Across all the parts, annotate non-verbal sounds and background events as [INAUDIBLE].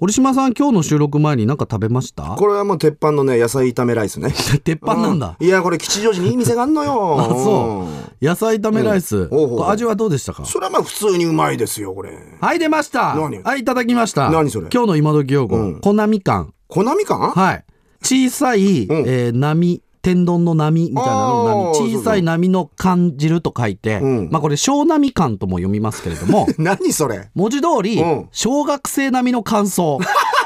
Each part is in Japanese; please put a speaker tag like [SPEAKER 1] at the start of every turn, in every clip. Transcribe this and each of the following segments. [SPEAKER 1] 堀島さん、今日の収録前に何か食べました
[SPEAKER 2] これはもう鉄板のね、野菜炒めライスね。
[SPEAKER 1] 鉄板なんだ。
[SPEAKER 2] うんいや、これ吉祥寺にいい店があんのよ。
[SPEAKER 1] [LAUGHS] あそう
[SPEAKER 2] うん
[SPEAKER 1] 野菜炒めライス。
[SPEAKER 2] んおうおう
[SPEAKER 1] これ味はどうでしたか
[SPEAKER 2] それはまあ普通にうまいですよ、これ。
[SPEAKER 1] はい、出ました。
[SPEAKER 2] 何
[SPEAKER 1] はい、いただきました。
[SPEAKER 2] 何それ
[SPEAKER 1] 今日の今時用語、
[SPEAKER 2] うん
[SPEAKER 1] 粉みかん。
[SPEAKER 2] 粉みかん
[SPEAKER 1] はい。小さい、
[SPEAKER 2] ん
[SPEAKER 1] えー波、天丼の波みたいなのの
[SPEAKER 2] あー
[SPEAKER 1] 波、小さい波の缶汁と書いて、
[SPEAKER 2] うん、
[SPEAKER 1] まあこれ、小波缶とも読みますけれども
[SPEAKER 2] [LAUGHS] 何
[SPEAKER 1] [LAUGHS]
[SPEAKER 2] それ
[SPEAKER 1] 文字通り、
[SPEAKER 2] うん
[SPEAKER 1] 小学生並みの感
[SPEAKER 2] [LAUGHS]
[SPEAKER 1] 想。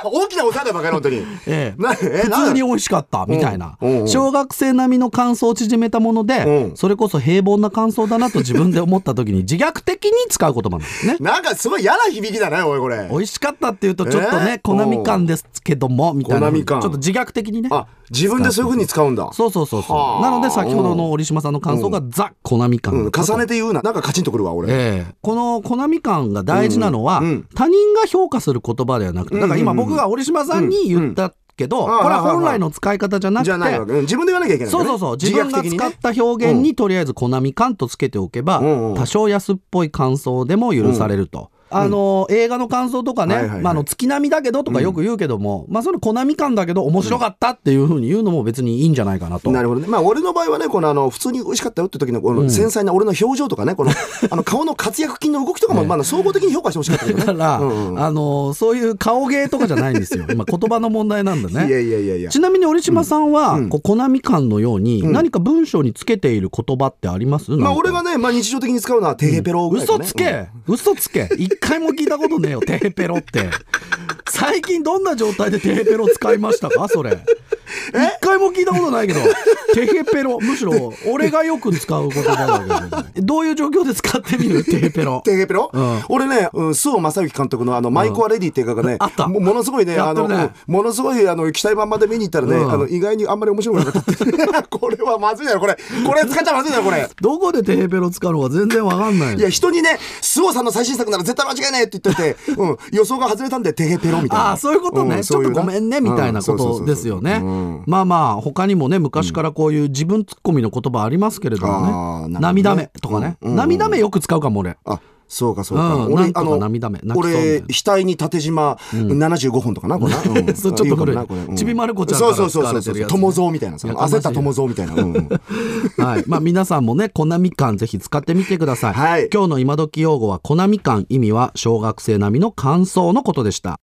[SPEAKER 2] 大きなお世話だよ、バカ野郎本当に。
[SPEAKER 1] ええ
[SPEAKER 2] [LAUGHS] なえ、
[SPEAKER 1] 普
[SPEAKER 2] な
[SPEAKER 1] 通に美味しかったみたいな、
[SPEAKER 2] うんうんうん
[SPEAKER 1] 小学生並みの感想を縮めたもので、
[SPEAKER 2] うん
[SPEAKER 1] それこそ平凡な感想だなと自分で思った時に自虐的に使う言葉なんです
[SPEAKER 2] [LAUGHS]
[SPEAKER 1] ね
[SPEAKER 2] なんかすごい嫌な響きだね、おい、これ
[SPEAKER 1] 美。味しかったっていうとちょっと
[SPEAKER 2] え
[SPEAKER 1] ね
[SPEAKER 2] ー
[SPEAKER 1] 粉みかんですけどもみたいな
[SPEAKER 2] 粉みかん
[SPEAKER 1] ちょっと自虐的にね
[SPEAKER 2] あ、自分でそういう風に使うんだ。
[SPEAKER 1] そうそうそうそ
[SPEAKER 2] は
[SPEAKER 1] う
[SPEAKER 2] あ
[SPEAKER 1] なので先ほどの折島さんの感想がザ・粉みかん、
[SPEAKER 2] うん、重ねて言うな。なんかカチンとくるわ、俺。
[SPEAKER 1] ええこの粉みかんが大事なのは、
[SPEAKER 2] うんうん
[SPEAKER 1] 他人が評価する言葉ではなくてだから今僕が折島さんに言ったけど、
[SPEAKER 2] うんうん
[SPEAKER 1] これは本来の使い方じゃなく
[SPEAKER 2] じ
[SPEAKER 1] て
[SPEAKER 2] ゃないわけ。うん自分で言わなきゃいけない、ね。
[SPEAKER 1] そうそうそう自分
[SPEAKER 2] 虐
[SPEAKER 1] が
[SPEAKER 2] 的に
[SPEAKER 1] 使っ
[SPEAKER 2] ね。
[SPEAKER 1] た表現にとりあえず「コナミ感」とつけておけば、
[SPEAKER 2] うんうん
[SPEAKER 1] 多少安っぽい感想でも許されると。あの映画の感想とかね、
[SPEAKER 2] はいはいはい
[SPEAKER 1] まあ、あの月並みだけどとかよく言うけども、まあそれコナミ感だけど面白かったっていうふうに言うのも別にいいんじゃないかなと。
[SPEAKER 2] なるほどね。まあ、俺の場合はね、この、あの、普通に美味しかったよって時の、この、繊細な俺の表情と
[SPEAKER 1] [LAUGHS]
[SPEAKER 2] かね、この、あの、顔の活躍筋の動きとかも、まあ、総合的に評価してほしかったけどね。
[SPEAKER 1] だから、
[SPEAKER 2] うんうん
[SPEAKER 1] あのそういう顔芸とかじゃないんですよ。今言葉の問題なんだね。
[SPEAKER 2] いやいやいやいや。
[SPEAKER 1] ちなみに折島さんは、
[SPEAKER 2] うん
[SPEAKER 1] こうコナミ感のように、何か文章につけている言葉ってあります
[SPEAKER 2] ま
[SPEAKER 1] なん
[SPEAKER 2] あ、
[SPEAKER 1] か
[SPEAKER 2] 俺がね、まあ、日常的に使うのは、テヘペロぐらいか
[SPEAKER 1] 嘘
[SPEAKER 2] ね、
[SPEAKER 1] つけ、嘘つけ一回も聞いたことねえよテヘペロって最近どんな状態でテヘペロ使いましたかそれ一回も聞いたことないけどテヘペロむしろ俺がよく使う言葉だけどどういう状況で使ってみるテヘペロ
[SPEAKER 2] テヘペロ、
[SPEAKER 1] うん
[SPEAKER 2] 俺ね、うん、周防正之監督のあの、マイコアレディっていう映画がね、
[SPEAKER 1] あった
[SPEAKER 2] もものすごいね、
[SPEAKER 1] や
[SPEAKER 2] あ
[SPEAKER 1] って
[SPEAKER 2] の、
[SPEAKER 1] るね
[SPEAKER 2] うんものすごい、あの、期待版まで見に行ったらね、
[SPEAKER 1] うん
[SPEAKER 2] あの、意外にあんまり面白くなかっ
[SPEAKER 1] [LAUGHS]
[SPEAKER 2] たって。これはまずいだろ、これ。これ使っちゃまずいだろ、これ。
[SPEAKER 1] どこでテヘペロ使うのか全然わかんない
[SPEAKER 2] いや、人にね、周防さんの最新作なら絶対間違いないって言って
[SPEAKER 1] [LAUGHS]
[SPEAKER 2] て、うん、予想が外れたんで、テヘペロみたいな。
[SPEAKER 1] ああそういうことね、
[SPEAKER 2] ん
[SPEAKER 1] ちょっとごめんねみたいなことですよ。ね、
[SPEAKER 2] そういうなうんそうそうそうそううん
[SPEAKER 1] まあまあ他にもね昔からこういう自分ツッコミの言葉ありますけれどもね
[SPEAKER 2] あーなるほどね
[SPEAKER 1] 涙目とかね、
[SPEAKER 2] うんうんうん
[SPEAKER 1] 涙目よく使うかも俺
[SPEAKER 2] あそうかそうか、
[SPEAKER 1] うんなんとか涙目泣きそうみたいな
[SPEAKER 2] 俺額に縦縞75本とかなこれな、うん
[SPEAKER 1] [LAUGHS] そうちょっと古い
[SPEAKER 2] いうかなれ
[SPEAKER 1] ちびまる子ちゃんから
[SPEAKER 2] そうそうそう
[SPEAKER 1] 使
[SPEAKER 2] そ
[SPEAKER 1] われてるや
[SPEAKER 2] う
[SPEAKER 1] つ
[SPEAKER 2] 友蔵みたいなさ
[SPEAKER 1] やかましい
[SPEAKER 2] 焦った友蔵みたいな、うん
[SPEAKER 1] はい。まあ皆さんもね、粉みかんぜひ使ってみてください。
[SPEAKER 2] はい
[SPEAKER 1] 今日の今時用語は粉みかん意味は小学生並みの感想のことでした。